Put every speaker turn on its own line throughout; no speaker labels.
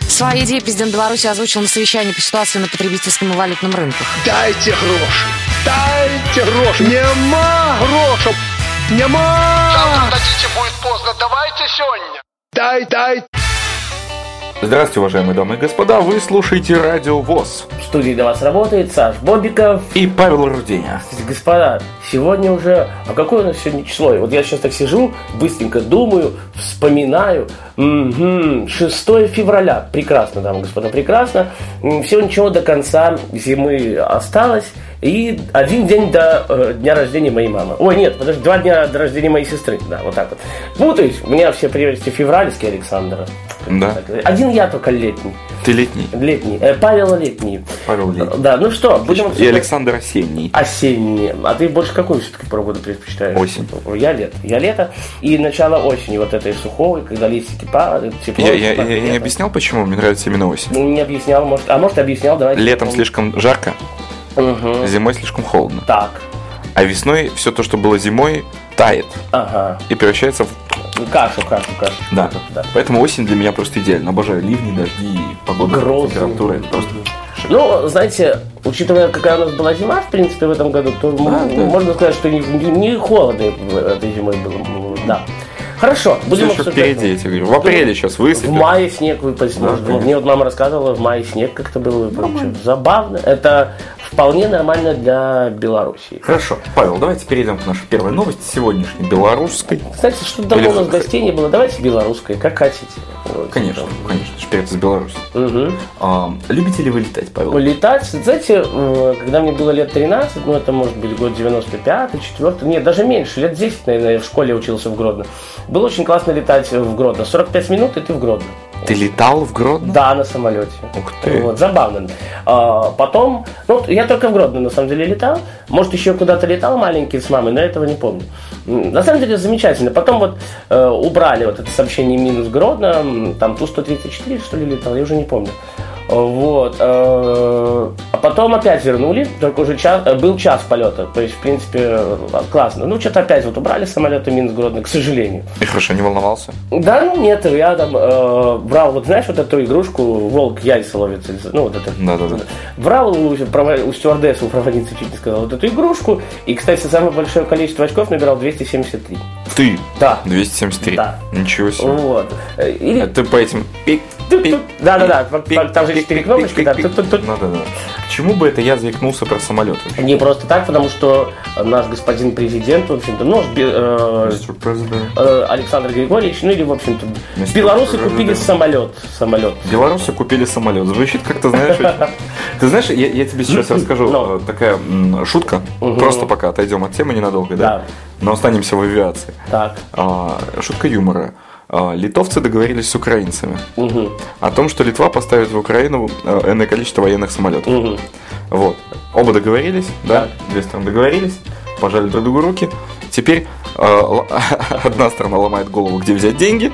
Свои идеи президент Беларуси озвучил на совещании по ситуации на потребительском и валютном рынке.
Дайте гроші, дайте гроші. Нема грошей. Нема.
Дадите будет поздно, давайте сегодня.
Дай, дай.
Здравствуйте, уважаемые дамы и господа, вы слушаете Радио ВОЗ
В студии для вас работает Саш Бобиков.
и Павел Руденя.
Господа, сегодня уже... А какое у нас сегодня число? И Вот я сейчас так сижу, быстренько думаю, вспоминаю. Мгм, 6 февраля. Прекрасно, дамы и господа, прекрасно. М, Всего ничего до конца зимы осталось. И один день до э, дня рождения моей мамы. Ой, нет, подожди, два дня до рождения моей сестры. Да, вот так вот. Путаюсь. У меня все прелести февральские Александра.
Да,
Так, э, Один я только летний.
ты летний,
Летний. Э, Павел летний.
Павел летний.
Да, ну что, будем
И
обсуждать
Александр осенний.
осенние. А ты больше какую все-таки погоду предпочитаешь?
Осень.
Я лето. Я лето. И начало осени, вот этой сухой, когда листики падают, тепло.
Я, я- я- я
лето.
не объяснял, почему мне нравится именно осень.
Ну, Не объяснял, может. А может объяснял, давай.
Летом слишком жарко,
Мгм.
зимой слишком холодно.
Так.
А весной все то, что было зимой, тает
Ага.
и превращается в...
Ну, Кашу, кашу, кашу.
Да.
Да.
Поэтому осень для меня просто идеально. Обожаю ливни, дожди, и погоду,
Грозы.
температура. Это просто...
Ну, знаете, учитывая, какая у нас была зима, в принципе, в этом году, то м,
Да, да.
можно сказать, что не, не- не холодно этой зимой было. М, Да. Хорошо, будем
Всё ещё
обсуждать.
впереди, я тебе говорю. В апреле сейчас
В
высыпет.
мае снег выпасть
Да,
может.
конечно.
Мне вот мама рассказывала, в мае снег как-то был выпал. Чё, Забавно. Это вполне нормально для Белоруссии.
Хорошо, Павел, давайте перейдем к нашей первой новости сегодняшней, белорусской.
Кстати, что-то давно у нас
Или-
гостей не было. Давайте белорусской, как хотите. Вот.
Конечно, конечно, шприц из Беларуси.
Мгм.
А, любите ли вы летать, Павел?
Летать, знаете, э, когда мне было лет 13, ну это может быть год 95 4 нет, даже меньше, лет 10, наверное, я в школе учился в Гродно. Было очень классно летать в Гродно. 45 минут, и ты в Гродно.
Ты летал в Гродно?
Да, на самолете.
Ух ты.
Вот, забавно. А, потом, ну, вот я только в Гродно, на самом деле, летал. Может, еще куда-то летал маленький с мамой, но этого не помню. М, На самом деле, замечательно. Потом вот э, убрали вот это сообщение минус Гродно, м, там Ту-134, что ли, летал, я уже не помню. Вот. э, А потом опять вернули, только уже час, э, был час полета. То есть, в принципе, э, классно. Ну, что-то опять вот убрали самолеты минус Гродно, к сожалению.
И хорошо, не волновался.
Да, ну нет, я там э, брал, вот знаешь, вот эту игрушку «Волк яйца ловит», ну вот это.
Да-да-да.
Брал у, прова- у стюардессы, у проводницы, чуть не сказал, вот эту игрушку, и, кстати, самое большое количество очков набирал 273.
Ты
Да.
273.
Да.
Ничего себе.
Вот. Э, Или...
А Ты по этим... пик,
Тут-
пик,
тут- Да-да-да,
пик,
там-
пик,
там же
пик,
четыре
пик,
кнопочки,
пик,
да,
пик.
тут-тут-тут.
Да-да-да. К чему бы это я заикнулся про самолет? вообще?
Не просто так, потому что наш господин президент, в общем-то, ну, бе- э,
Мистер Президент.
э, Александр Григорьевич, ну или, в общем-то,
Мистер
белорусы купили
Президент.
самолет. Самолет.
Белорусы купили самолет. Звучит как-то, знаешь, очень- ты знаешь, я, я тебе сейчас расскажу
Но.
э, такая м, шутка.
Ну. Мгм.
Просто пока отойдем от темы ненадолго, да?
Да.
Но останемся в авиации.
Так.
А, Шутка юмора. А, Литовцы договорились с украинцами
Мгм.
о том, что Литва поставит в Украину э, энное количество военных самолетов.
Мгм.
Вот. Оба договорились, да? Две стороны договорились, пожали друг другу руки. Теперь э, л- одна сторона ломает голову, где взять деньги,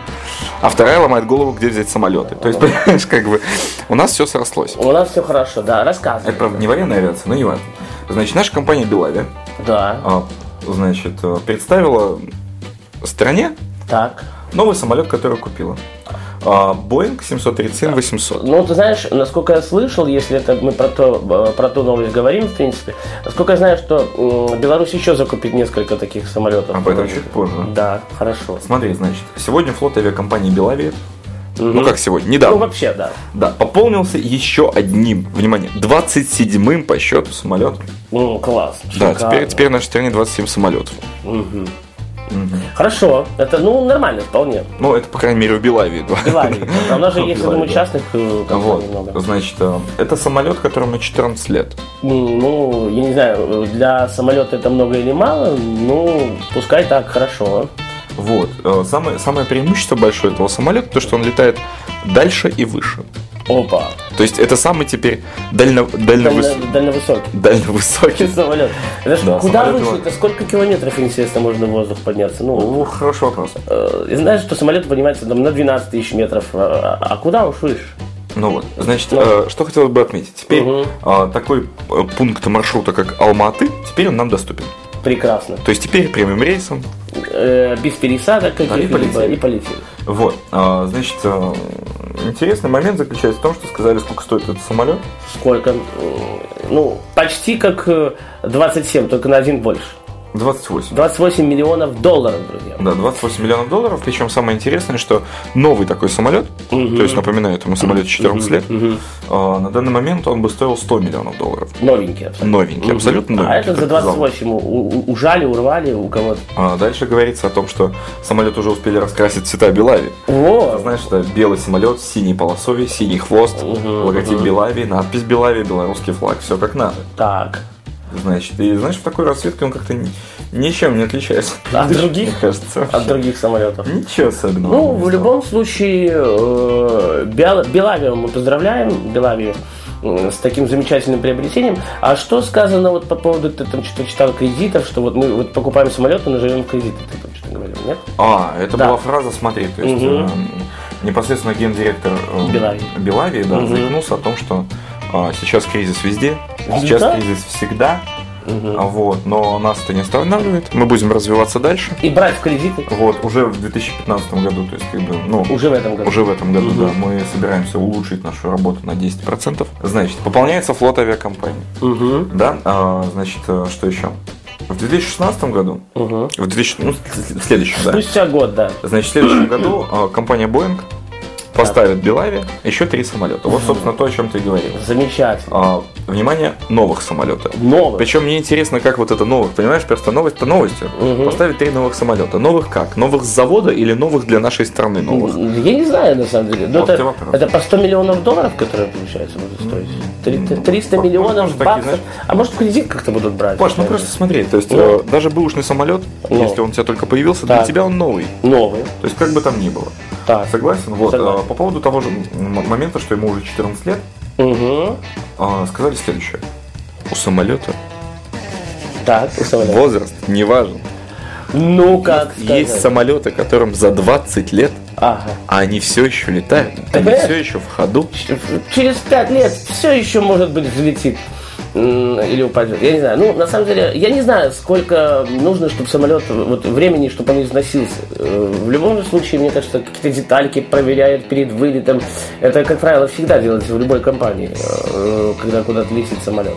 а вторая ломает голову, где взять самолеты. То есть, понимаешь, как бы у нас все срослось.
У нас все хорошо, да,
Это,
рассказывай.
правда, не военная авиация, но не важно. Значит, наша компания Белавия,
Да,
а, значит, э, представила стране
так.
Новый самолет, который купила. А, Boeing 737-800.
Ну, ты знаешь, насколько я слышал, если это мы про, то, э, про ту новость говорим, в принципе, насколько я знаю, что м, Беларусь еще закупит несколько таких самолетов.
Об этом чуть позже.
Да, хорошо.
Смотри, значит, сегодня флот авиакомпании Белавия, ну как сегодня, недавно,
Ну, вообще, да.
да, пополнился еще одним, внимание, 27-м по счету самолетом.
Ну, класс.
Да,
шикарно.
теперь, теперь в нашей стране 27 самолетов.
Мгм. Хорошо, это, ну, нормально, вполне.
Ну, это, по крайней мере, у Белавии. два.
Беларусь. А У нас же есть, я
Белавии,
думаю,
да.
частных э, компаний много.
Вот, значит, э, это самолет, которому 14 лет.
М, Ну, я не знаю, э, для самолета это много или мало, ну, пускай так, хорошо.
Вот. э, Самое, самое преимущество большое этого самолета, то, что он летает дальше и выше.
Опа.
То есть это самый теперь дально, дальновыс...
Дально- Дальновысокий.
дальновысокий.
самолет. Это ж
Да,
куда
самолет
выше?
его-
Это сколько километров, интересно, можно в воздух подняться? Ну,
О, хороший вопрос.
э, я знаю, что самолет поднимается там, на 12 тысяч метров, э, а а куда уж выше?
Ну вот, значит, э, что хотелось бы отметить. Теперь
Мгм.
э, такой э, пункт маршрута, как Алматы, теперь он нам доступен.
Прекрасно.
То есть теперь прямым рейсом.
Э, без пересадок
и
каких-либо
полетели.
и полетели.
Вот, э, а, значит, э, интересный момент заключается в том, что сказали, сколько стоит этот самолет.
Сколько? М, Ну, почти как э, 27, только на один больше.
28.
28 миллионов долларов, друзья.
Да, 28 миллионов долларов. Причем самое интересное, что новый такой самолет, то есть, напоминаю, этому самолету 14 лет, э, на данный момент он бы стоил 100 миллионов долларов.
Новенький абсолютно.
Новенький, абсолютно новенький.
А это за
как ты сказал.
28 у- у- ужали, урвали у кого-то.
А дальше говорится о том, что самолет уже успели раскрасить цвета Белави.
О,
Ты знаешь, это белый самолет с синей полосой, синий хвост, логотип Белави, надпись Белави, белорусский флаг, все как надо.
так.
Значит, и знаешь, в такой расцветке он как-то ни- ничем не отличается.
От А других?
Мне кажется. вообще.
От других самолетов.
Ничего особенного.
Ну,
не
в
стало.
любом случае, э, Бел- Белавию мы поздравляем, Белавию э, с таким замечательным приобретением. А что сказано вот по поводу, ты там что-то читал, кредитов, что вот мы вот покупаем самолет, но живем в кредитах, ты там что-то говорил, нет?
А, это
Да.
была фраза, смотри, то есть
Мгм.
эм, непосредственно гендиректор эм,
Белави.
Белави, да, заикнулся о том, что а, сейчас кризис везде, сейчас
Да.
кризис всегда, А вот, но нас это не останавливает, мы будем развиваться дальше.
И брать в кредиты
Вот, уже в 2015 году, то есть, как бы, ну,
уже в этом году.
уже в этом году, да, мы собираемся улучшить нашу работу на 10%. Значит, пополняется флот авиакомпаний.
Мгм.
Да, а, значит, э, что еще? В 2016 году,
Мгм.
в, 2000, ну, в следующем, да.
Спустя год, да.
Значит, в следующем году э, компания Boeing поставит Белаве еще три самолета. Вот, собственно, то, о чем ты говорил.
Замечательно.
А, внимание, новых самолетов.
Новый.
Причем мне интересно, как вот это новых, понимаешь, просто новость по новостью. Поставить три новых самолета. Новых как? Новых с завода или новых для нашей страны новых?
Я не знаю, на самом деле. Но
Вот и
это,
вопрос.
это по 100 миллионов долларов, которые, получается, будут стоить. Три-
Ну,
300
похоже,
миллионов
такие,
баксов.
знаешь-
а может, в кредит как-то будут брать?
Паш, ну
наверное.
просто смотри, то есть
Ну.
э, даже бэушный самолет,
Ну.
если он у тебя только появился, для
Так.
тебя он новый.
Новый.
То есть как бы там ни было.
Так.
Согласен? Вот.
Согласен.
э, По поводу того же м- момента, что ему уже 14 лет,
Угу.
э, сказали следующее. У самолета
Так, представляю.
возраст не важен.
Ну как сказать.
Есть самолеты, которым за 20 лет,
Ага.
а они все еще летают, они
понимаешь?
все еще в ходу.
Ч- Через пять лет все еще, может быть, взлетит. М, Или упадет. Я не знаю. Ну, на самом деле, я не знаю, сколько нужно, чтобы самолет, вот времени, чтобы он износился. Э, В любом же случае, мне кажется, какие-то детальки проверяют перед вылетом. Это, как правило, всегда делается в любой компании, э, когда куда-то летит самолет.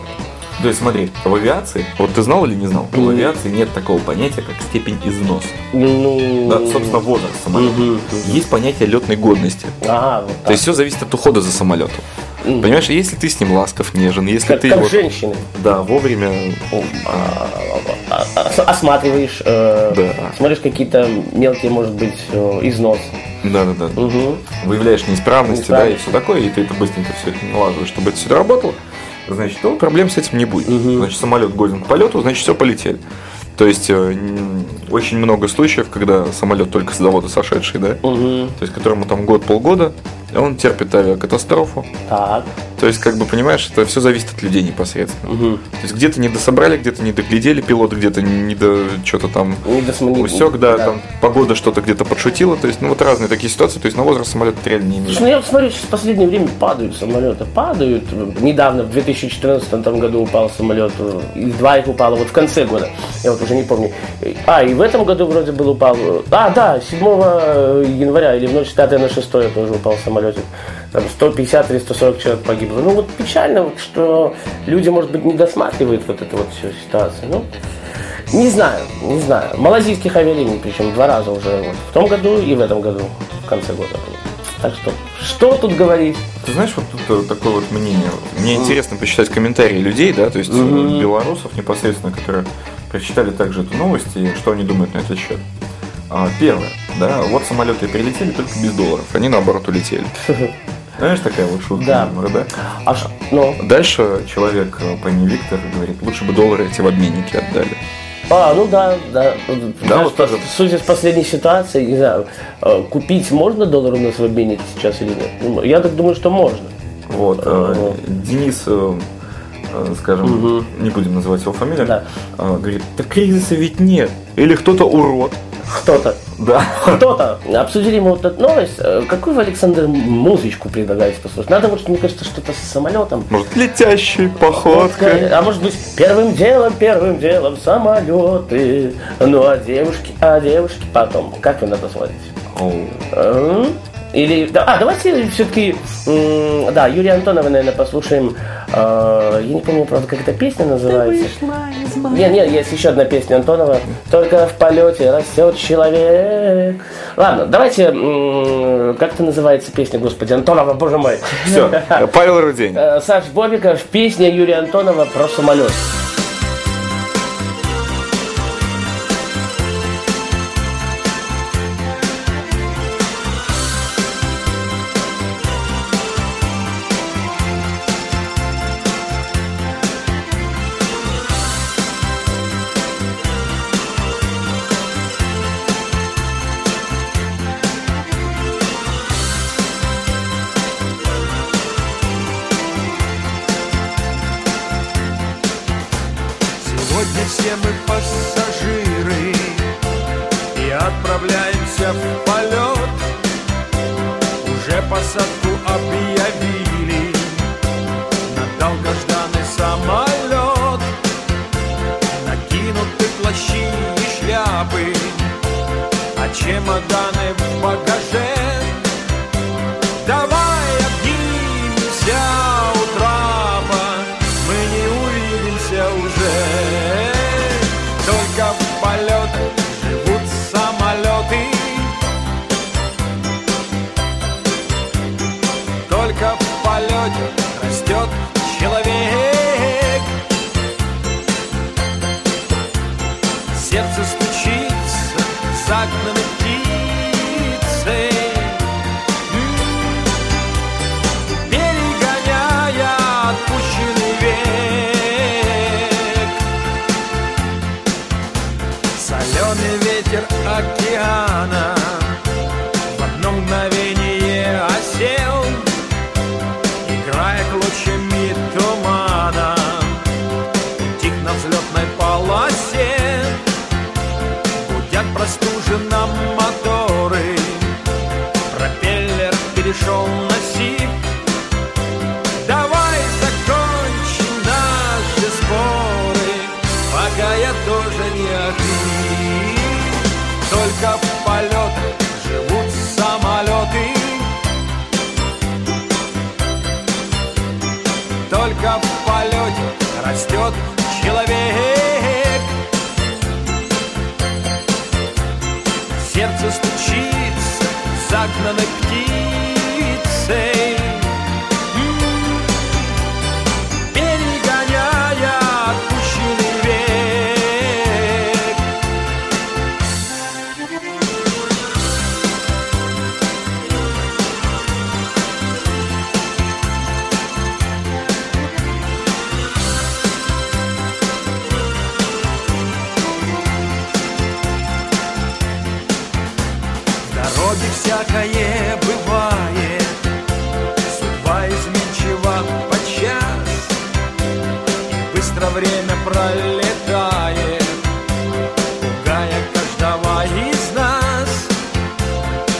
То есть смотри, в авиации, вот ты знал или не знал, в авиации нет такого понятия, как степень износа.
Ну,
Да, собственно, возраст самолета. Есть понятие летной годности.
ага, вот
То
так.
есть все зависит от ухода за самолетом. Понимаешь, если ты с ним ласков, нежен, если
Как,
ты
как
его
женщины.
да, вовремя
А- ос- осматриваешь, э,
Да.
смотришь какие-то мелкие, может быть, э, износ.
Да, да, да. Выявляешь неисправности, да, и
Неисправности.
все такое, и ты это быстренько все это налаживаешь, чтобы это все доработало, значит, то проблем с этим не будет. Значит, самолет годен к полету, значит, все полетели. То есть э, н- очень много случаев, когда самолет только с завода сошедший, да, то есть которому там год-полгода, он терпит авиакатастрофу.
Так.
То есть, как бы понимаешь, это все зависит от людей непосредственно. То есть где-то не дособрали, где-то не доглядели, пилот где-то не до что-то там
Не досмотри-
усек, да,
да.
там погода что-то где-то подшутила, то есть, ну вот разные такие ситуации, то есть на возраст самолет реально не имеет.
Слушай, ну я вот смотрю, сейчас в последнее время падают самолеты. Падают. Недавно, в 2014 там году упал самолет. э, Или два их упало, вот в конце года. Я вот уже не помню. Э, А, и в этом году вроде был упал. э, А, да, 7 января или в ночь с 5 на 6 тоже упал самолетик. Там 150 или 140 человек погибло. Ну вот печально, вот, что люди, может быть, не досматривают вот эту вот всю ситуацию. Ну, не знаю, не знаю. Малазийских авиалиний, причем два раза уже вот, в том году и в этом году, в конце года. было. Так что, что тут говорить?
Ты знаешь, вот тут э, такое вот мнение. Мне интересно почитать комментарии людей, да, то есть э, белорусов непосредственно, которые прочитали также эту новость и что они думают на этот счет. А, Первое, да, вот самолеты прилетели только без долларов, они наоборот улетели. Знаешь, такая вот шутка
Да.
юмора, да?
А ш- ну,
Дальше человек э, по имени Виктор говорит, лучше бы доллары эти в обменники отдали.
а, ну да, да. Знаешь,
вот тоже.
Судя с последней ситуации, не знаю, э, купить можно доллар у нас в обменнике сейчас или нет? Ну, Я так думаю, что можно.
Вот. э, Денис, э, э, скажем, не будем называть его фамилию,
Да.
э, говорит, так кризиса ведь нет. Или кто-то урод.
Кто-то.
Да.
Кто-то. Обсудили мы вот эту новость. Э, Какую вы, Александр, музычку предлагаете послушать? Надо вот, мне кажется, что-то с самолетом.
Может, летящий, походка.
А может быть, первым делом, первым делом самолеты. Ну а девушки, а девушки потом. Как вы на это смотрите?
Оу.
М? Или, да, а, давайте все-таки, да, Юрия Антонова, наверное, послушаем. э, я не помню, правда, как эта песня называется. Не, не, есть еще одна песня Антонова. Только в полете растет человек. Ладно, давайте, м, как это называется песня, господи, Антонова, боже мой.
Все, Павел Рудень.
Э, Саш Бобиков, песня Юрия Антонова про самолет.
Сегодня все мы пассажиры И отправляемся в полет Уже посадку объявили На долгожданный самолет Накинуты плащи и шляпы А чемоданы в багаже Давай обнимемся у трапа Мы не увидимся уже Только в полетах живут самолеты Только в полете растет человек Сердце стучится загнанной птицей перегоняя отпущенный век. Соленый ветер океана в одно мгновение осел, играя клочьями тумана, тих на взлетной полосе, гудят простуженно моторы, пропеллер перешел на сип, Давай закончим наши споры, пока я тоже не охрип. Только в полетах живут самолеты. Только в полете растет человек. Сердце стучится загнанной птицей. М, перегоняя отпущенный век. В дороге всякое бывает, судьба изменчива подчас, и быстро время пролетает, пугая каждого из нас.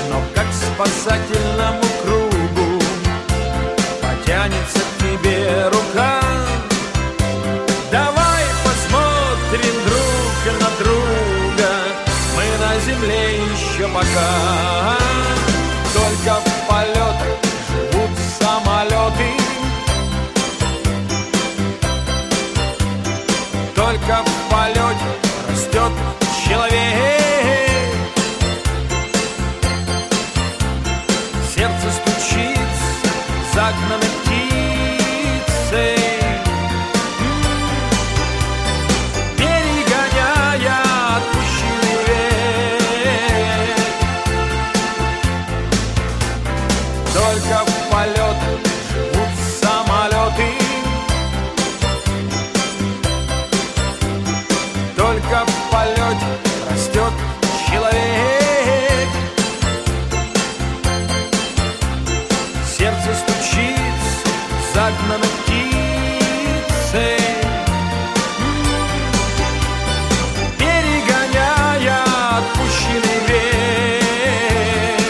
Но как к спасательному кругу потянется к тебе рука. Давай посмотрим друг на друга, мы на земле еще пока. Только в полетах живут самолеты, только в полете растет человек. Сердце стучится загнанной птицей М, Перегоняя отпущенный век Только в полетах живут самолеты Только в полете растет человек Сердце стучится загнанной птицей М, Перегоняя отпущенный век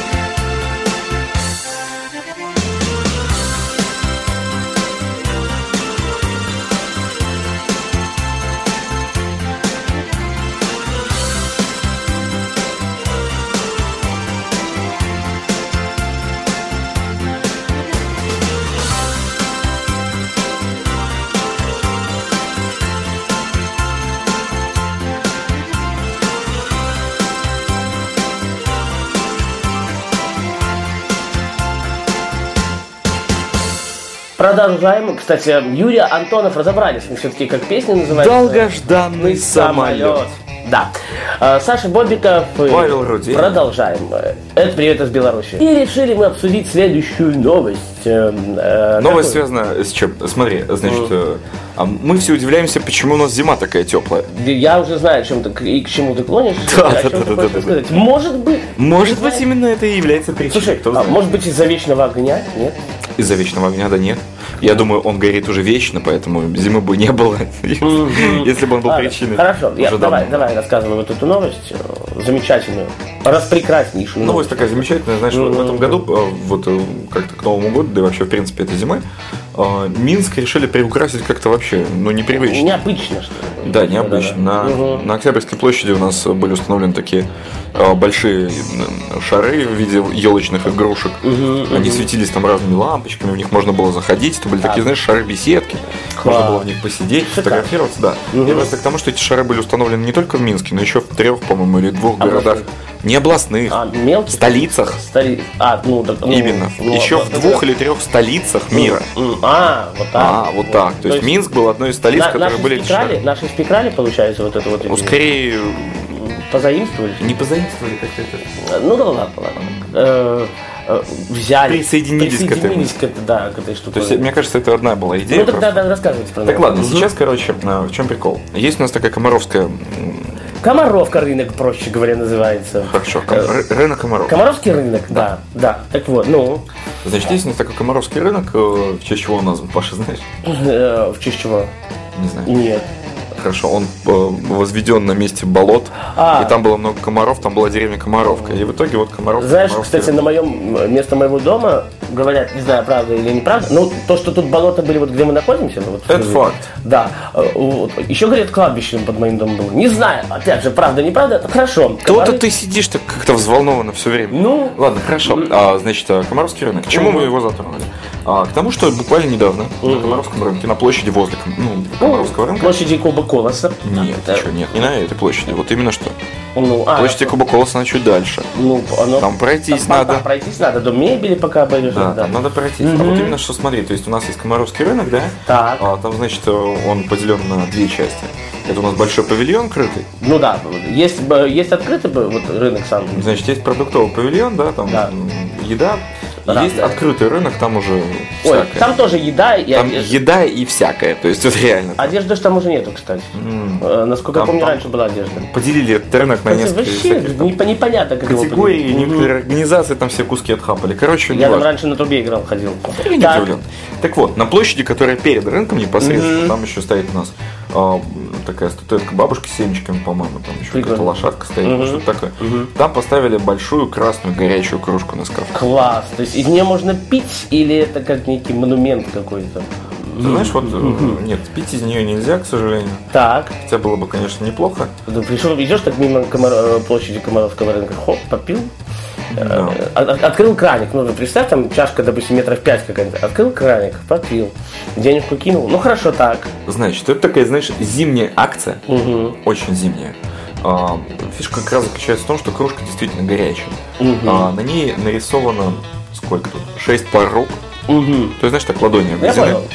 Продажу займа, кстати, Юрия Антонов разобрались, мы все-таки как песня называется.
Долгожданный самолет.
Да. Э, Саша Бобиков и
Павел Рудин.
Продолжаем. Э, Это привет из Беларуси. И решили мы обсудить следующую новость. Э, э,
Новость
какую?
связана с чем? Смотри, значит, э, а мы все удивляемся, почему у нас зима такая теплая.
Я уже знаю, о чем ты к- и к чему ты клонишь.
Да,
о
да,
чем
да, да,
ты хочешь
да, да.
рассказать. Может быть.
Может быть, именно это и является причиной.
Слушай,
кто
а
знает.
может быть из-за вечного огня? Нет?
Из-за вечного огня, да нет. Я думаю, он горит уже вечно, поэтому зимы бы не было, если бы он был
Ладно,
причиной.
Хорошо, я-
Уже
давай,
давно.
давай рассказывай вот эту новость. э, Замечательную. Распрекраснейшую.
Новость такая замечательная, знаешь, в этом году, э, вот э, как-то к Новому году, да и вообще, в принципе, этой зимой, э, Минск решили приукрасить как-то вообще, ну, непривычно.
Необычно, что ли.
Да, необычно. На, на Октябрьской площади у нас были установлены такие э, большие м, шары в виде елочных игрушек. Они светились там разными лампочками, в них можно было заходить. Это были такие, знаешь, шары-беседки. Можно было в них посидеть, фотографироваться, да. Я просто к тому, что эти шары были установлены не только в Минске, но еще в трех, по-моему, или двух городах. Не областных,
А, мелкий?
столицах.
Стари... А, ну, так, ну,
Именно.
ну,
еще
вот
в
это-
двух или трех столицах мира.
М, А, вот так.
А, вот так. То, есть Минск был одной из столиц,
на-
в которые
наши
были эти
спекрали,
шары.
наши спекрали, получается, вот это вот.
Ну, скорее,
Позаимствовали?
не позаимствовали как-то это.
Ну да ладно, ладно. Э, э, взяли.
Присоединились к этому.
Присоединились к этой, да, к этой штуке.
То есть, мне кажется, это одна была идея.
ну тогда
просто.
да, рассказывайте про
Так
него.
ладно, сейчас, короче, а, в чем прикол? Есть у нас такая комаровская... м,
Комаровка рынок, проще говоря, называется.
Хорошо, ком-
Э,
ры- рынок комаров.
Комаровский рынок, да, да. Так вот, ну,
Значит, есть у нас такой комаровский рынок, э, в честь чего он назван, Паша, знаешь?
э, в честь чего?
Не знаю.
Нет.
Хорошо, он э, возведен на месте болот,
А.
и там было много комаров, там была деревня Комаровка. И в итоге вот комаров...
Знаешь, кстати, на моем место моего дома говорят, не знаю, правда или неправда, но то, что тут болота были, вот где мы находимся, ну, вот,
Это факт.
Да. Э, вот. Еще говорят, кладбище под моим домом было. Не знаю, опять же, правда, неправда, хорошо.
То-то
Комары-
ты сидишь так как-то взволнованно все время.
Ну.
Ладно, хорошо. А, значит, а, Комаровский рынок. К чему мы его затронули? А, к тому, что буквально недавно на Комаровском рынке, на площади возле Ком- ну, Комаровского рынка.
Площади Куба Колоса.
Нет,
Э,
что, нет, не на этой площади, вот именно что.
Ну, а,
Площадь Куба Колоса, она чуть дальше.
ну, оно-
Там пройтись
там-
надо.
Там пройтись надо, до мебели пока обойдешь.
Да,
да.
там надо пройтись. А вот именно что смотри, то есть у нас есть Комаровский рынок, да?
Так.
А, там, значит, э, он поделен на две части. Это у нас большой павильон крытый,
Ну да, есть, б- есть открытый бы вот рынок сам.
Значит, есть продуктовый павильон, да, там
Да.
м, еда. И
Да,
есть
да.
открытый рынок, там уже
Ой,
всякое.
там тоже еда и
Там
одежда.
еда и всякое, то есть это реально.
Одежды ж там уже нету, кстати. Э, Насколько
Там-
я помню,
там-
раньше была одежда.
Поделили этот рынок на
Кстати,
несколько
Вообще
всяких там
не- непонятно, как его
категорий,
поделить.
некоторые организации там все куски отхапали. Короче,
Я там
неважно.
раньше на трубе играл, ходил.
Я не
Так,
удивлен. Так вот, на площади, которая перед рынком непосредственно, там еще стоит у нас а, такая статуэтка бабушки с семечками, по-моему, там еще
Прикольно.
какая-то лошадка стоит, ну, что-то такое. Там поставили большую красную горячую кружку на скафе.
Класс. То есть из нее можно пить или это как некий монумент какой-то?
Ты знаешь, вот, э, нет, пить из нее нельзя, к сожалению.
Так.
Хотя было бы, конечно, неплохо.
Ты пришел, идешь так мимо комар- э, площади Комаровского рынка, хоп, попил,
Да.
От- от- Открыл краник, ну, представь, там чашка, допустим, метров пять какая-то. Открыл краник, попил, денежку кинул. Ну, хорошо так.
Значит, это такая, знаешь, зимняя акция. Очень зимняя. А, Фишка как раз заключается в том, что кружка действительно горячая. А, На ней нарисовано сколько тут? Шесть пар рук. То есть, знаешь, так ладони обведены.
понял.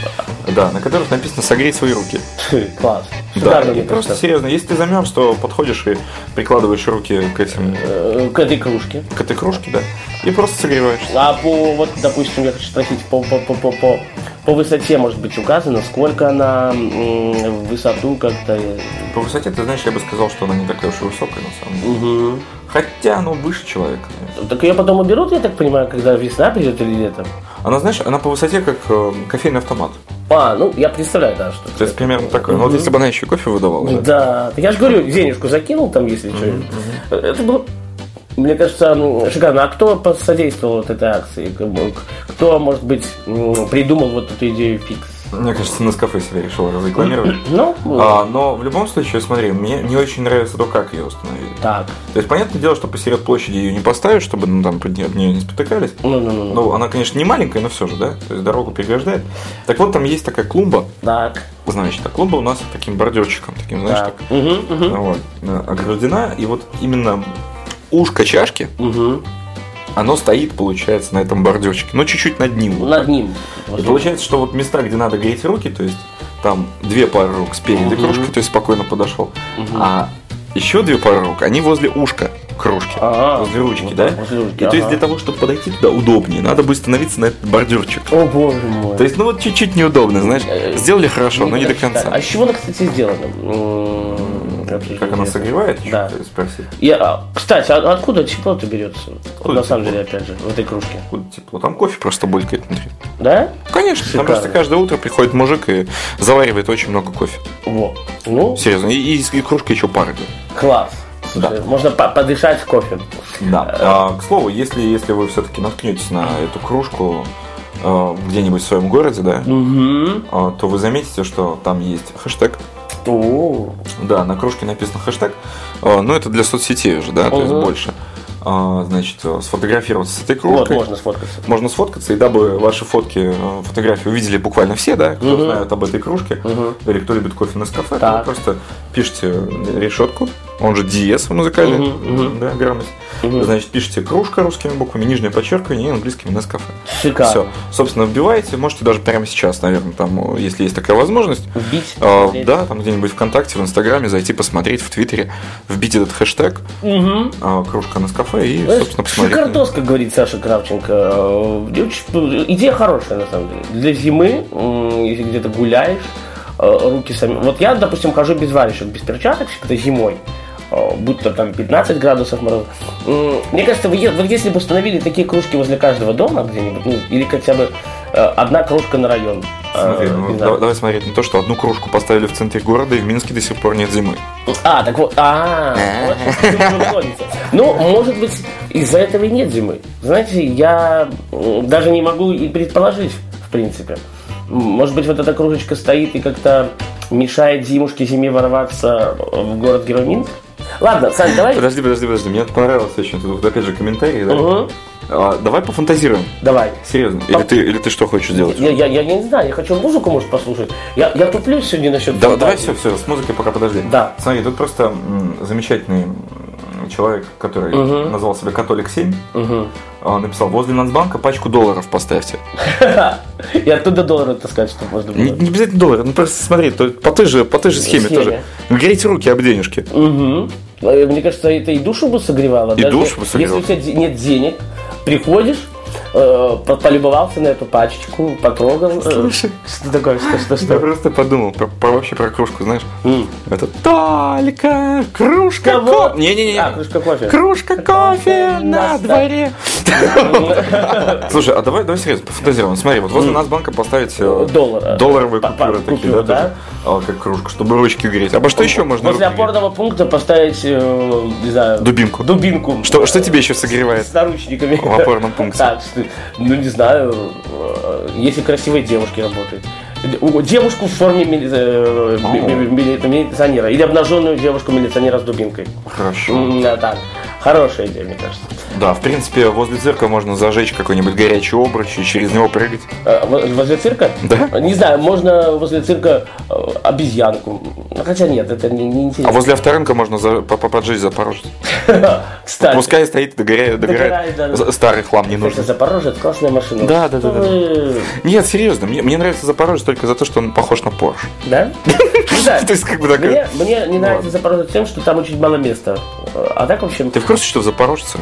Да, на которых написано «Согрей свои руки».
Фу, Класс.
Да,
Шикарно
и
мне
просто
просто.
серьезно, если ты замерз, то подходишь и прикладываешь руки к этим,
Э, К этой кружке.
к этой кружке, да, и просто согреваешься.
А по, вот, допустим, я хочу спросить, по, по, по, по, по, по высоте, может быть, указано, сколько она м, в высоту как-то... э,
По высоте, ты знаешь, я бы сказал, что она не такая уж и высокая, на самом деле. Хотя, ну, выше человека, наверное.
Так ее потом уберут, я так понимаю, когда весна придет или летом?
Она, знаешь, она по высоте как э, кофейный автомат.
А, ну, я представляю, да, что...
То есть примерно такое. Ну, вот если бы она еще кофе выдавала. да.
Да, так я же говорю, денежку закинул там, если что. Это было, мне кажется, м, шикарно. А кто посодействовал вот этой акции? Как бы, к- Кто, может быть, м, придумал вот эту идею фикс?
Мне кажется, на кафе себя решила разрекламировать.
Ну,
А, но в любом случае, смотри, мне не очень нравится то, как ее установили.
так.
То есть, понятное дело, что посеред площади ее не поставишь, чтобы ну, там под нее, нее не спотыкались.
Ну-ну-ну.
Ну, она, конечно, не маленькая, но все же, да? То есть дорогу преграждает. Так вот, там есть такая клумба,
Так.
значит, а клумба у нас с таким бордюрчиком, таким, знаешь,
Так.
так,
Мгм, мгм,
вот, э, ограждена. И вот именно ушко чашки,
мгм.
оно стоит, получается, на этом бордюрчике. Но чуть-чуть над ним. вот
Над ним.
И получается, что вот места, где надо греть руки, то есть там две пары рук спереди кружки, то есть спокойно подошел, а еще две пары рук, они возле ушка кружки,
Ага.
возле ручки,
А, Вот
да?
так, возле ручки,
И то есть
ага.
для того, чтобы подойти туда удобнее, надо бы становиться на этот бордюрчик.
О боже мой.
То есть, ну вот чуть-чуть неудобно, знаешь,
Э,
сделали хорошо, но не до
А
конца.
из чего она, кстати, сделана? М, это же
Как она
интересно.
согревает? еще,
Да.
ты спросил?
Я, а, кстати, а откуда тепло-то берется? Вот на самом
тепло?
деле, опять же, в этой кружке.
Откуда тепло? Там кофе просто булькает внутри.
Да?
Конечно,
Шикарно.
потому что каждое утро приходит мужик и заваривает очень много кофе.
Во. Ну,
Серьезно, и, и, и кружка еще пара. идет.
класс. Слушай, Можно по- подышать кофе.
Да. А, к слову, если, если вы все-таки наткнетесь на эту кружку э, где-нибудь в своем городе, да,
Угу.
а, то вы заметите, что там есть хэштег.
О,
Да, на кружке написано хэштег. А, ну, это для соцсетей уже, да, то есть
Ага.
больше. А, значит, э, сфотографироваться с этой
вот
кружкой.
можно сфоткаться.
Можно сфоткаться, и дабы ваши фотки, э, фотографии увидели буквально все, да, кто знает об этой кружке, или кто любит кофе на кафе,
Так.
вы просто пишите решетку, он же диез в музыкальной да, грамоте. Значит, пишите кружка русскими буквами, нижнее подчеркивание и английскими на кафе.
Шикарно.
Все. Собственно, вбиваете, можете даже прямо сейчас, наверное, там, э, если есть такая возможность.
Вбить,
э,
посмотреть.
да, там где-нибудь ВКонтакте, в Инстаграме зайти посмотреть, в Твиттере, вбить этот хэштег э, кружка на кафе и,
Знаешь,
собственно, посмотреть.
Шикардос, как говорит Саша Кравченко. Э, очень- Идея хорошая, на самом деле. Для зимы, м, если где-то гуляешь, э, руки сами... Вот я, допустим, хожу без варежек, без перчаток всегда зимой. Э, Будь то там 15 градусов мороз. М, Мне кажется, вы е- вот если бы установили такие кружки возле каждого дома где-нибудь, ну, или хотя бы э, одна кружка на район.
Смотри,
э,
ну,
не
да-
знаю.
давай смотреть на то, что одну кружку поставили в центре города, и в Минске до сих пор нет зимы.
А, так вот, а, вот к чему вы клоните. Ну, может быть, из-за этого и нет зимы. Знаете, я м, даже не могу и предположить, в принципе. М, Может быть, вот эта кружечка стоит и как-то мешает зимушке зиме ворваться в город Герой Минск? Ладно, Сань, давай.
Подожди, подожди, подожди, мне понравился очень тут, вот опять же комментарий, да?
Мгм.
А, давай пофантазируем,
Давай.
серьезно. Или ты, или ты что хочешь делать?
Я, я, я не знаю, я хочу музыку, может, послушать. Я, я туплю сегодня насчет...
Да- давай все, все, с музыкой пока подожди.
Да.
Смотри, тут просто м, замечательный м, человек, который назвал себя Католик 7, а, написал, возле Нацбанка пачку долларов поставьте.
И оттуда доллары таскать, чтобы можно было.
Не, не обязательно доллары, ну просто смотри, то- по той же, по той же схеме,
Схеме.
тоже. Грейте руки об денежки.
Мгм. Э, Мне кажется, это и душу бы согревало.
И душу бы согревало.
Если у тебя де- нет денег, приходишь, э, по- полюбовался на эту пачечку, потрогал. э,
Слушай.
Что такое? Что, что,
Я
что?
просто подумал про, про- вообще про кружку, знаешь?
М.
Это только кружка
Кого?
кофе. Не-не-не.
А, кружка кофе.
Кружка кофе на
на
дворе. Слушай, а давай, давай серьезно, пофантазируем. Смотри, вот возле нас банка поставить э,
Доллар.
долларовые
Па- па-
купюры такие,
купюры,
да, тоже? А, как кружка, чтобы ручки греть. А по что еще можно?
Возле
руки греть?
опорного пункта поставить, э, не знаю...
Дубинку.
Дубинку.
Что, что тебе еще согревает?
С наручниками.
В опорном пункте.
Так, что- ну не знаю, э, если красивые девушки работают. Д- у- Девушку в форме мили- э, ми- ми- мили- милиционера. Или обнаженную девушку милиционера с дубинкой.
Хорошо.
М, Да, так. Хорошая идея, мне кажется.
Да, в принципе, возле цирка можно зажечь какой-нибудь горячий обруч и через него прыгать.
Э, во- Возле цирка?
Да.
Не знаю, можно возле цирка э, обезьянку. Ну, Хотя нет, это не, не
А
интересно.
возле авторынка можно за, по- по- поджечь запорожец.
Кстати,
Пускай стоит, догоряет, догорает.
Догорает, да, да.
З- Старый хлам не
кстати,
нужен.
Запорожец классная машина.
Да, да,
Что
да, да.
вы-
Нет, серьезно, мне, мне нравится Запорожец только за то, что он похож на Порш.
Ну Да? Не знаю.
То есть, как бы такая-
Мне, мне не нравится
э, Ладно.
Запорожье тем, что там очень мало места. А так, в общем...
Ты в курсе, что в Запорожце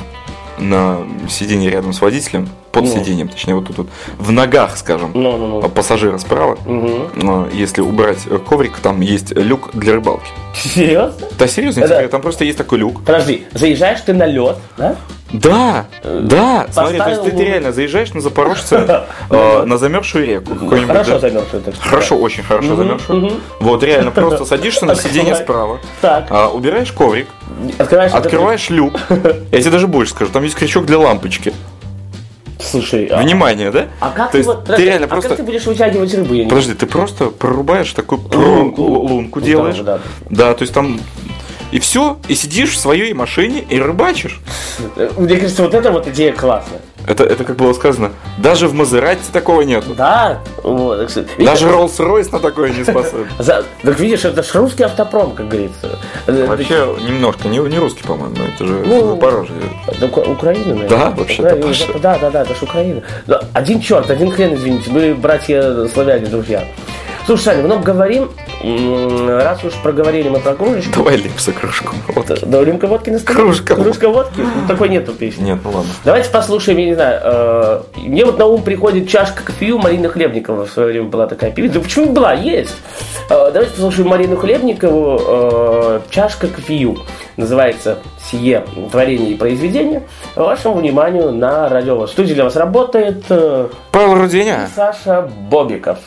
на сиденье рядом с водителем, под сиденьем, точнее, вот тут вот, в ногах, скажем, а
Ну, ну, ну.
пассажира справа, но если убрать э, коврик, там есть люк для рыбалки.
Серьезно?
Да, серьезно, я
Да.
тебе говорю, там просто есть такой люк.
Подожди, заезжаешь ты на лед, да?
Да, да, смотри, то есть ты,
поставил
ты реально заезжаешь на Запорожце э, на замерзшую реку. какую-нибудь,
Хорошо
да.
замерзшую, так что.
Хорошо, очень хорошо замерзшую. Вот, реально, просто садишься на сиденье справа,
Так.
а, убираешь коврик,
Открываешь... вот
Открываешь люк. Я тебе даже больше скажу, там есть крючок для лампочки.
это- Слушай, а,
Внимание, да?
а как
То
ты
есть
вот...
ты
подожди,
реально
а как ты
просто...
будешь вытягивать рыбу? Я не-
Подожди, ты просто прорубаешь такую прорубку, лу- лунку
Ну,
делаешь.
да, да.
Да, то есть там и все, и сидишь в своей машине и рыбачишь.
Мне кажется, вот эта вот идея классная.
Это, это как было сказано, даже в Мазерате такого нету.
Да, вот, так сказать. Видишь,
Даже Роллс-Ройс на такое не способен.
за- так видишь, это ж русский автопром, как говорится. Э,
Вообще, немножко, не, не русский, по-моему, но это же
Ну,
Запорожье.
Да, Укра- Украина, наверное.
Да, вообще-то,
Украина,
Паша.
Да, да, да, это ж Украина. Да, Один черт, один хрен, извините, мы братья славяне, друзья. Слушай, Саня, много говорим, М, раз уж проговорили мы про кружечку,
Давай липса кружку. Вот.
да, рюмка водки на столе?
Кружка.
Кружка водки? Ну, Такой нету песни.
Нет, ну ладно.
Давайте послушаем, я не знаю, э, мне вот на ум приходит чашка кофею Марина Хлебникова в свое время была такая певица. Да почему не была? Есть. Э, давайте послушаем Марину Хлебникову э, «Чашка кофею». Называется «Сие творение и произведение». Вашему вниманию на радио. В студии для вас работает э,
Павел Руденя.
Саша Бобиков.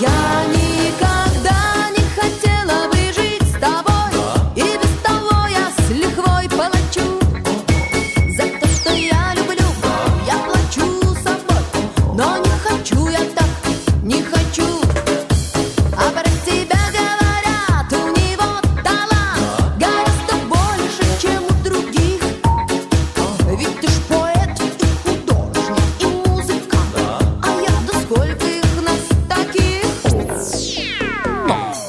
Я никогда не хотела бы жить с тобой, и без того я с лихвой плачу. За то, что я люблю, я плачу собой, но не хочу я так, не хочу. А про тебя говорят, у него талант гораздо больше, чем у других. Ведь ты ж поэт и художник, и музыкант А я, да сколько их нас таких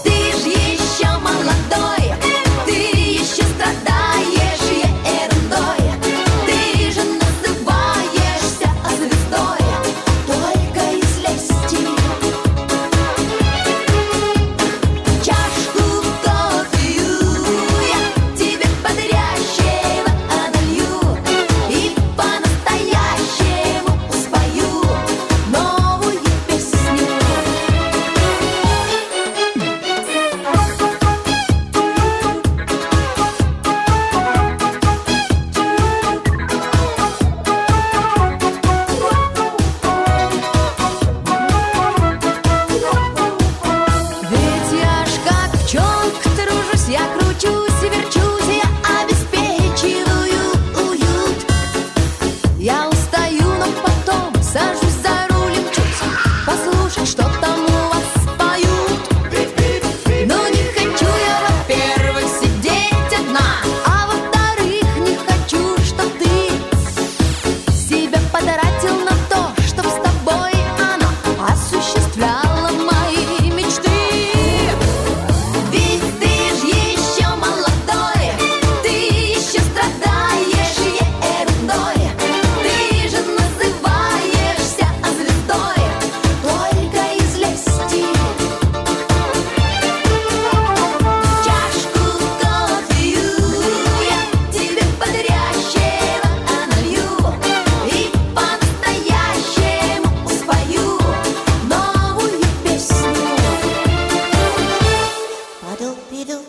Ты ж еще молодой, ты еще страдаешь ерундой Ты же называешься звездой Только из лести Чашку кофею я тебе бодрящего отолью И по-настоящему спою новую песню Ведь я ж как пчелка тружусь, я кручусь и верчусь, я обеспечиваю уют. Я устаю, но потом сажусь за руль и мчусь послушать, что там у вас поют. Но не хочу я, во-первых, сидеть одна, а во-вторых, не хочу, чтоб ты себя потратил на то, чтоб с тобой она осуществляла мои мечты. Ведь ты ж еще молодой, ты еще страдаешь ерундой, ты же называешься звездой только из лести. Чашку кофею я тебе бодрящего налью И по-настоящему спою новую песню Падал-пидал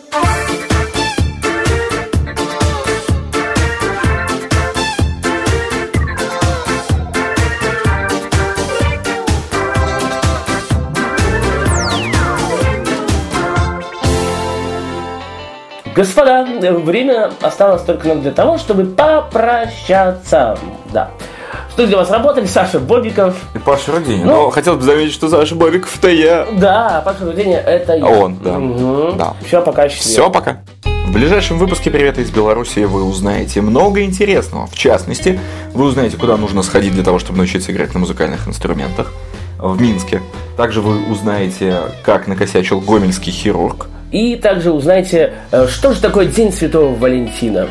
Господа, э, время осталось только нам для того, чтобы попрощаться. Да. В студии для вас работали Саша Бобиков,
И Паша Руденя. Но хотел бы заметить, что Саша Бобиков-то я.
Да, Паша Руденя это я.
А Он, да. Да.
Все, пока счастливо.
Все, пока. В ближайшем выпуске «Привета из Беларуси» вы узнаете много интересного. В частности, вы узнаете, куда нужно сходить для того, чтобы научиться играть на музыкальных инструментах в Минске. Также вы узнаете, как накосячил гомельский хирург.
И также узнаете, э, что же такое День Святого Валентина.